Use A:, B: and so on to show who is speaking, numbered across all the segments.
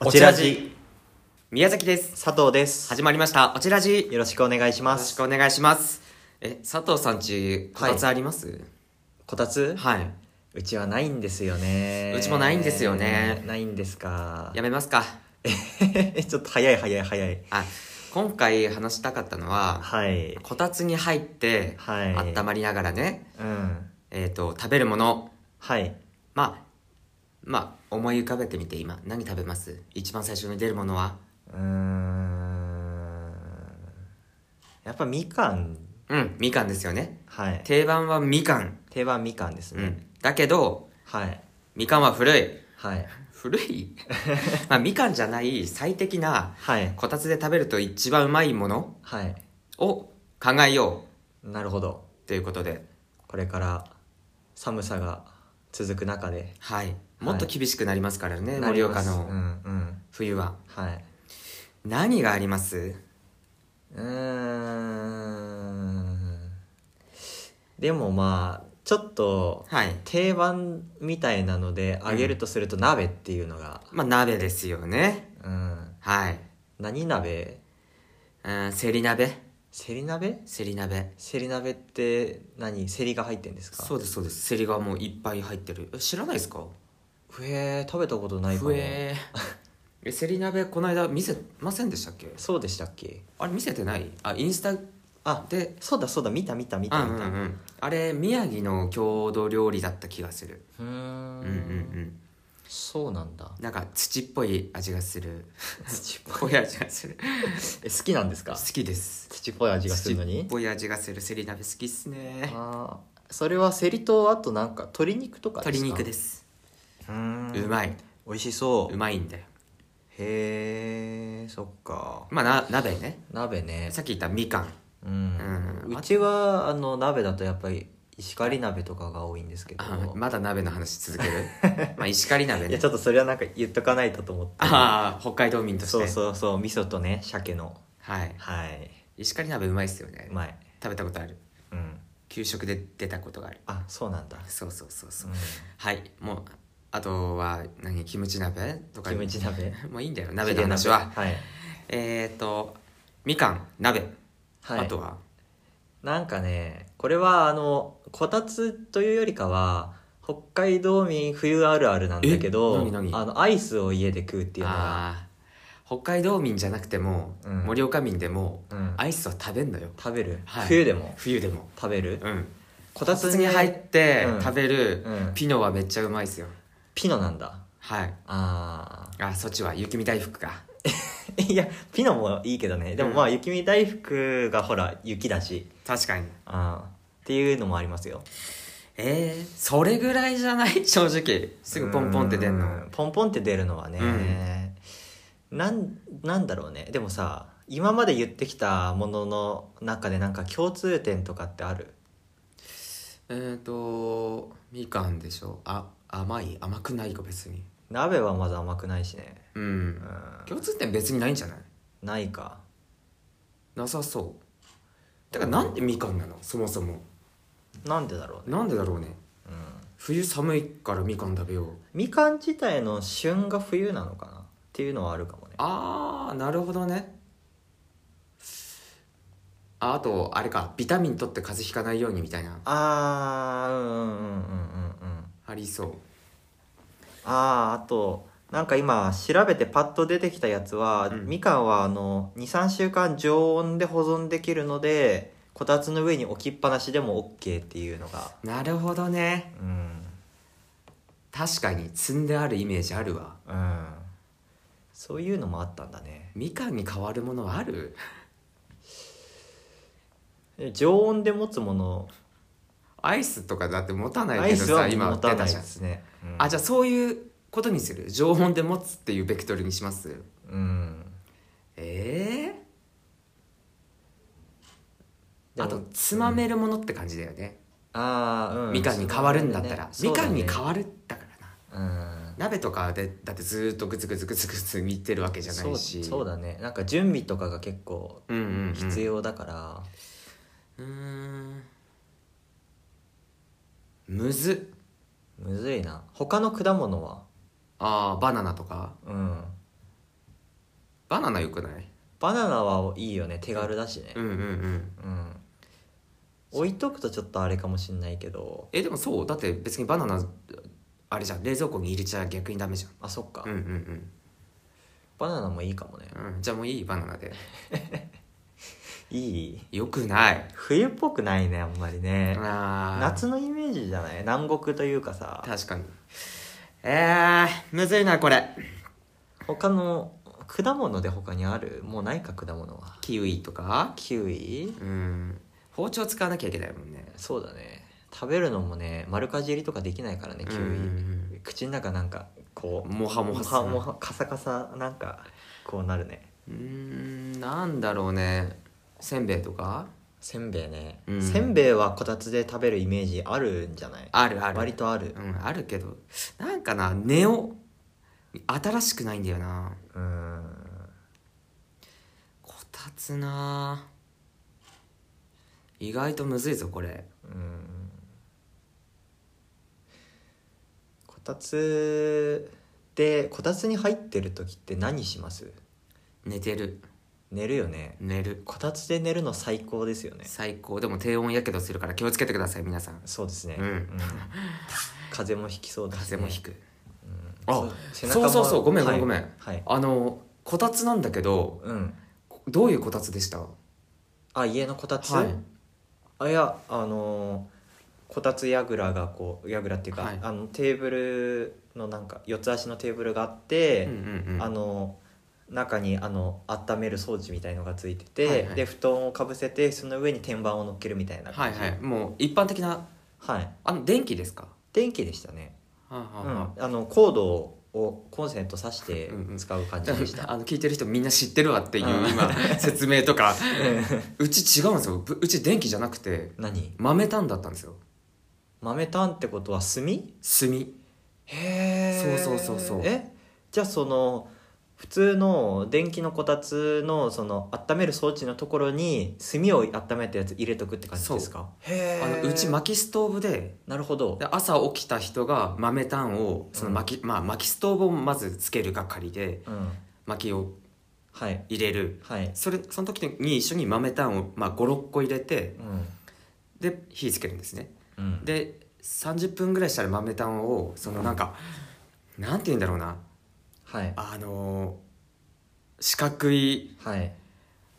A: おちらじ
B: 宮崎です
A: 佐藤です
B: 始まりましたおちらじよ
A: よろしくお願いしま
B: ろし
A: す
B: くお願いしますえ佐藤さんちこ
A: はい
B: たつあります
A: こたつ
B: はい、
A: うちはないんですよね
B: うちもないんですよね
A: ないんですか
B: やめますか
A: え ちょっと早い早い早い
B: あ今回話したかったのは、
A: はい
B: こたつに入って、
A: はい
B: 温まりながらね
A: うん
B: えっ、と食べるもの
A: はい
B: まあまあ思い浮かべてみて今何食べます一番最初に出るものは
A: うーんやっぱみかん
B: うんみかんですよね
A: はい
B: 定番はみかん、
A: 定番みかんです
B: う
A: ね、
B: ん、だけど
A: はい
B: みかんは古い
A: はい
B: 古 いまあみかんじゃない最適な
A: はい
B: こたつで食べると一番うまいもの
A: はい
B: を考えよ
A: なるほど
B: うということで、
A: これから寒さが続く中で
B: はい、もっと厳しくなりますからね
A: な
B: 盛
A: りま
B: 岡
A: すう
B: の
A: んうん
B: 冬は
A: はい
B: 何があります
A: うーんでもまあちょっと
B: はい
A: 定番みたいなのであげるとすると鍋っていうのが、
B: まあ鍋ですよね
A: うん、
B: はい
A: 何鍋
B: うんせり鍋
A: せり鍋
B: せり鍋
A: せり鍋って何せりが入ってんですか
B: そうですそうですせりがもういっぱい入ってるえ知らないですか
A: ふえー食べたことないかも
B: ふえーえせり鍋この間見せませんでしたっけ
A: そうでしたっけ
B: あれ見せてないあインスタ
A: あ
B: で
A: そうだそうだ見た見た見
B: うん
A: た
B: う
A: 見
B: んう
A: たうん
B: んあれ宮城の郷土料理だった気がする
A: ん
B: うんうんうん
A: そうなんだ
B: なんか土っぽい味がする
A: 土っぽい
B: ぽい味がする
A: え好きなんです
B: 好
A: か
B: きです
A: 土っぽい味がするの
B: 土
A: に
B: っぽい味がするせり鍋好きっすね
A: あーそれはセリとあとなんか鶏肉とか
B: 鶏肉ですす
A: かう
B: う
A: ーん
B: まい
A: 美味しそう
B: うまいんだよ
A: へえそっか
B: まあな鍋ね
A: 鍋ね
B: さっき言ったみかん
A: うん、
B: うん
A: うちはあの鍋だとやっぱり石狩鍋とかが多いんですけど、
B: あまだ鍋の話続 けるまあ石狩鍋
A: いや
B: ね
A: ちょっとそれはなんか言っとかないとと思って
B: ああ北海道民として
A: そうそうそう味噌とね鮭の
B: はい
A: はい
B: 石狩鍋うまいっすよね
A: うまい
B: 食べたことある
A: うん
B: 給食で出たことがある
A: あそうなんだ、、
B: そうそうそうそううんはいもうあとは何キムチ鍋とか
A: キムチ鍋
B: もういいんだよ鍋の話は
A: はい
B: えっ、ー、とみかん鍋、
A: はい
B: あとは
A: なんかねこれはあのこたつというよりかは北海道民冬あるあるなんだけど
B: え何何
A: あのアイスを家で食うっていうのが、
B: あー北海道民じゃなくても、
A: うん
B: 盛岡民でも
A: うん
B: アイスは食べんのよ、
A: 食べる、
B: はい
A: 冬でも
B: 冬でも
A: 食べる、
B: うん
A: こ
B: こ
A: た
B: た
A: つ
B: つ
A: に
B: に入
A: 入
B: っ
A: ってうん
B: 食べる
A: うん
B: ピノはめっちゃうまいですよ
A: ピノなんだ
B: はい
A: あ
B: あそっちは雪見大福か
A: ー いやピノもいいけどねでもまあ雪見大福がほら雪だし
B: 確かに
A: あーっていうのもありますよ
B: えー、それぐらいじゃない 正直すぐポンポンって出んの
A: うポンポンって出るのはね、なんなんだろうねでもさ今まで言ってきたものの中でなんか共通点とかってある
B: えっ、ー、とみかんでしょあ甘い甘くないか別に
A: 鍋はまだ甘くないしね、
B: う
A: うんん、
B: 共通点別にないんじゃない
A: ないか
B: なさそうだからなんでみかんなのそもそも
A: なんでだろうね、
B: なんでだろうね
A: うん、
B: 冬寒いからみかん食べよう
A: みかん自体の旬が冬なのかなっていうのはあるかもね
B: あーなるほどねああとあれかビタミン取って風邪ひかないようにみたいな
A: あーうんうんうんうんうんうん
B: ありそう
A: あああとなんか今調べてパッと出てきたやつは、
B: うん
A: みかんはあの23週間常温で保存できるのでこたつの上に置きっぱなしでも OK っていうのが
B: なるほどね
A: うん
B: 確かに積んであるイメージあるわ
A: うんそういうのもあったんだね
B: みかんに変わるものはある
A: え常温で持つもの
B: アイスとかだって持たな
A: アイ
B: いけど
A: ス
B: さ
A: は
B: 今
A: 持た
B: 出
A: な
B: た
A: い
B: じゃ
A: で
B: ん
A: すね、うん
B: あじゃあそういうことにする常温で持つっていうベクトルにします
A: うん
B: ええ
A: でも
B: あとつまめるものって感じだよね、
A: ああうん
B: みかんに変わるんだったら、
A: そ
B: み
A: うだ
B: か
A: ね
B: んに変わるだからな
A: うん
B: 鍋とかでだってずーっとグツグツグツグツ見てるわけじゃないし
A: そうそうだねなんか準備とかが結構
B: うんうん、うん、
A: 必要だから、
B: うーんむずっ
A: むずいな他の果物は
B: あーバナナとか
A: うん
B: バナナよくない
A: バナナはいいよね手軽だしね
B: うんうんうん
A: うん置いとくとちょっとあれかもしんないけど
B: えでもそうだって別にバナナあれじゃん冷蔵庫に入れちゃ逆にダメじ
A: あそっか、
B: ゃんうんうん
A: バナナもいいかもね
B: うん、うん、じゃあもういいバナナで
A: いい
B: よくない
A: 冬っぽくないねあんまりね
B: あー
A: 夏のイメージじゃない南国というかさ
B: 確かにえー、むずいなこれ
A: 他の果物で他にあるもうないか果物は
B: キウイとか
A: キウイ
B: うん包丁使わなきゃいけないもんね
A: そうだね食べるのもね丸かじりとかできないからねキウイ、
B: うんうん
A: 口の中なんかこう
B: もはもは
A: もはもはカサカサなんかこうなるね
B: うーんなんだろうねせんべいとか
A: せんべいね、
B: うん
A: せんべいはこたつで食べるイメージあるんじゃない
B: あるある
A: 割とある
B: うんあるけどなんかなネオ新しくないんだよな
A: うーん
B: こたつな意外とむずいぞこれ
A: うんこたつでこたつに入ってる時って何します
B: 寝てる
A: 寝るよね
B: 寝る
A: こたつで寝るの最高ですよね
B: 最高でも低温やけどするから気をつけてください皆さん
A: そうですね、
B: うん
A: 風邪もひきそうです
B: 風
A: ね
B: 邪もひく、
A: そ
B: あ
A: う背中
B: そ
A: も
B: うそうそうごめんご
A: はい
B: めんごめん、
A: はい
B: あのこたつなんだけど
A: うん
B: どういうこたつでした
A: あ家のこたつ、
B: はい
A: あいやあのーこたつやぐらがこうやぐらっていうか、
B: はい
A: あのテーブルのなんか四つ足のテーブルがあって、
B: うんうんうん
A: あの中にあの温める装置みたいのがついてて、
B: はいはい
A: で布団をかぶせてその上に天板を乗っけるみたいな
B: は
A: 感
B: い
A: じ
B: はいもう一般的な
A: はい
B: あの電気ですか
A: 電気でしたね、
B: は
A: う
B: あ
A: ん
B: は、
A: あのコードをコンセント挿して
B: うんうん
A: 使う感
B: あ
A: じで した、
B: あの聞いてる人みんな知ってるわっていう
A: うん
B: 今 説明とかうち違うんですよぶうち電気じゃなくて
A: 何
B: 豆炭だったんですよ
A: 豆炭ってことは炭
B: 炭
A: へえ
B: そうそうそうそう
A: えじゃあその普通の電気のこたつのその温める装置のところに炭を温めたやつ入れとくって感じですかへ
B: あのうち薪ストーブで
A: なるほど
B: で朝起きた人が豆炭をその薪,、まあ、薪ストーブをまずつける係で
A: うん
B: 薪を
A: はい
B: 入れる
A: はい
B: それその時に一緒に豆炭を、まあ、56個入れて
A: うん
B: で火つけるんですね
A: うん
B: で30分ぐらいしたら豆炭をそのなんか、なんて言うんだろうな
A: はい
B: あのー四角い、
A: はい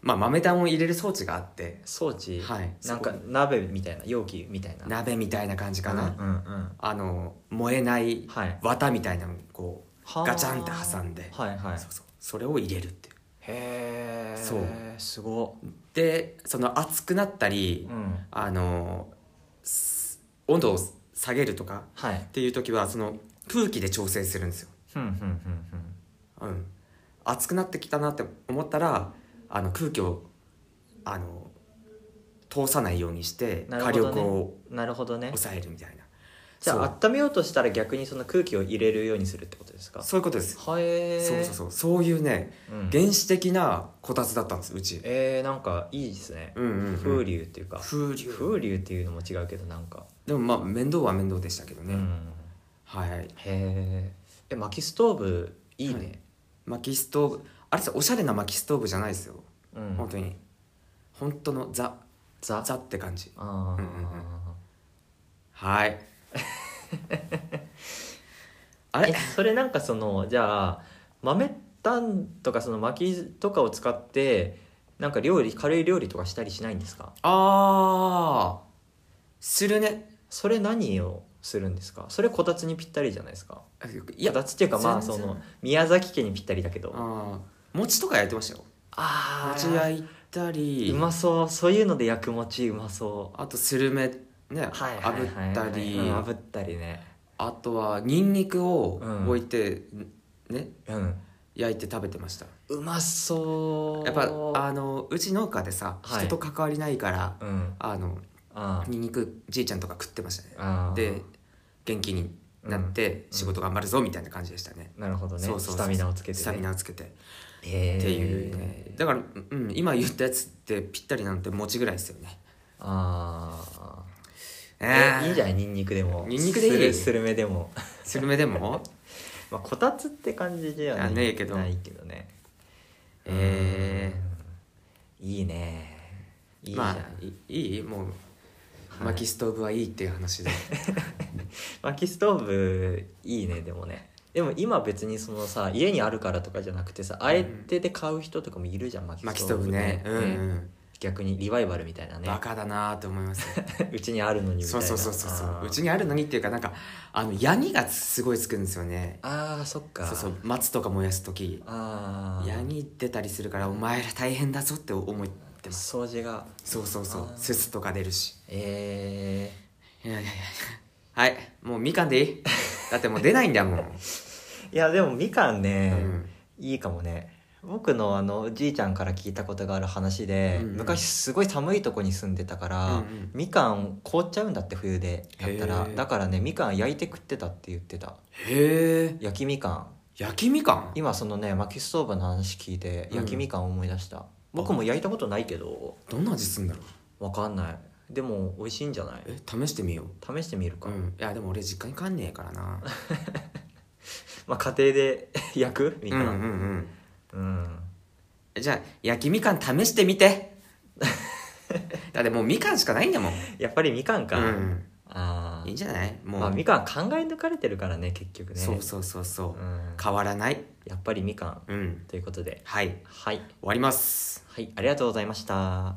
B: まあ、豆炭を入れる装置があって、
A: 装置
B: はい、
A: なんか
B: そこ
A: 鍋みたいな容器みたいな
B: 鍋みたいな感じかな、
A: うんうんうん
B: あのー燃えない
A: はい
B: 綿みたいなのをこう
A: はー
B: ガチャンって挟んで、
A: はいはい
B: そうそうそれを入れるっていう
A: へえ
B: そう
A: すご
B: でその熱くなったり、
A: うん
B: あのーす温度を下げるとか
A: はい
B: っていう時はその空気で調整するんですよ
A: ふんふんふんふん
B: うん、熱くなってきたなって思ったらあの空気をあの通さないようにして
A: なる
B: 火
A: ほどね
B: 力を
A: なるほどね
B: 抑えるみたいな
A: じゃ
B: そ
A: あ温めようとしたら逆にその空気を入れるようにするってことですか
B: う
A: は
B: そういうことです、
A: えー、
B: そうそうそうそういうね
A: う、ん、
B: 原始的なこたつだったんですうち
A: えー、なんかいいですね、
B: うんうんうん
A: 風流っていうか
B: 風流
A: 風流っていうのも違うけどなんか、
B: でもまあ面倒は面倒でしたけどね、
A: うん
B: はい
A: へーえ薪ストーブいいね、
B: 薪ストーブあれさおしゃれな薪ストーブじゃないですよ、
A: うん
B: 本当に本当のザ
A: ザ
B: ザって感じ
A: あー、
B: うんうんはいあ
A: え
B: れ
A: それなんかそのじゃあ豆炭とかその薪とかを使ってなんか料理軽い料理とかしたりしないんですか
B: あーするね
A: それ何をするんですかそれこたつにぴったりじゃないですか
B: いや
A: こたつっていうかまあ
B: 全
A: そ
B: 然
A: の宮崎家にぴったりだけどあ
B: あー餅とか焼いてましたよ
A: あ
B: 餅
A: ー
B: 焼いたり
A: うまそうそういうので焼く餅うまそう
B: あとスルメね、
A: はいはいはいはい
B: 炙ったり、
A: うん炙ったりね
B: あとはニンニクを
A: うん
B: 置いて、ね
A: うん
B: 焼いて食べてました
A: うまそう
B: やっぱあのうち農家でさ、
A: はい
B: 人と関わりないから
A: うん
B: あの
A: あ
B: ニンニクじいちゃんとか食ってましたね
A: あー
B: で元気になって仕事頑張るぞみたいな感じでしたね、
A: なるほどね
B: そうそうそう
A: スタミナをつけて、ね、
B: スタミナをつけて
A: へー
B: っていうねだから、うん、今言ったやつってぴったりなんて餅ぐらいですよね
A: あ
B: え
A: あ
B: ー
A: いいじゃんニンニクでも
B: ニンニクでいい
A: スルスルメでも
B: スルメでも
A: まあこたつって感じではない
B: あねえけど
A: ないけどね
B: え
A: うんいいねいい
B: ー、
A: じゃん、
B: まあいいいも
A: は
B: う
A: い
B: 薪ストーブはいいっていう話 で
A: 薪ストーブいいねでもねでも今別にそのさ家にあるからとかじゃなくてさあえてで買う人とかもいるじゃん薪
B: 薪
A: ス
B: ス
A: ト
B: ト
A: ー
B: ー
A: ブ
B: ブねうん、うん
A: 逆にリバイバルみたいなね
B: バカだなーって思い ます
A: うちにあるのにみたい
B: そう
A: な
B: そうそうそうそ
A: あ
B: う
A: ー
B: うちにあるのにっていうかなんかあの闇がすごいつくんですよね
A: あーそっか
B: そうそう松とか燃やす時
A: ああ
B: 闇出たりするからお前ら大変だぞって思ってます
A: 掃除が
B: そうそうそ
A: あ
B: う
A: ー
B: すすとか出るし
A: え
B: いやいやいやはいもうみかんでいいだってもう出ないんだ もん、
A: ー、いやでもみかん
B: う
A: ね、
B: ん、
A: いいかもね僕のあのじいちゃんから聞いたことがある話で、
B: うんうん
A: 昔すごい寒いとこに住んでたから、
B: うんうん
A: みかん凍っちゃうんだって冬でやったら
B: へえ
A: だからねみかん焼いて食ってたって言ってた
B: へえ
A: 焼きみかん
B: 焼きみかん
A: 今そのね薪ストーブの話聞いて
B: うん
A: 焼きみかんを思い出した、僕も焼いたことないけど
B: どんな味すんだろう
A: わかんないでも美味しいんじゃない
B: え試してみよう
A: 試してみるか、
B: うん、いやでも俺実家に帰んねえからな
A: まあ家庭で 焼くみ
B: う
A: か
B: んうん
A: ん
B: うん
A: うん
B: じゃあ焼きみかん試してみて だってもうみかんしかないんだもん
A: やっぱりみかんか、
B: うん、
A: あ
B: いいん
A: あ
B: じゃないもう、
A: まあみかん考え抜かれてるからね結局ね
B: そうそうそうそう、
A: うん
B: 変わらない
A: やっぱりみかん
B: うん
A: ということで
B: はい終
A: はい
B: わります
A: はいありがとうございました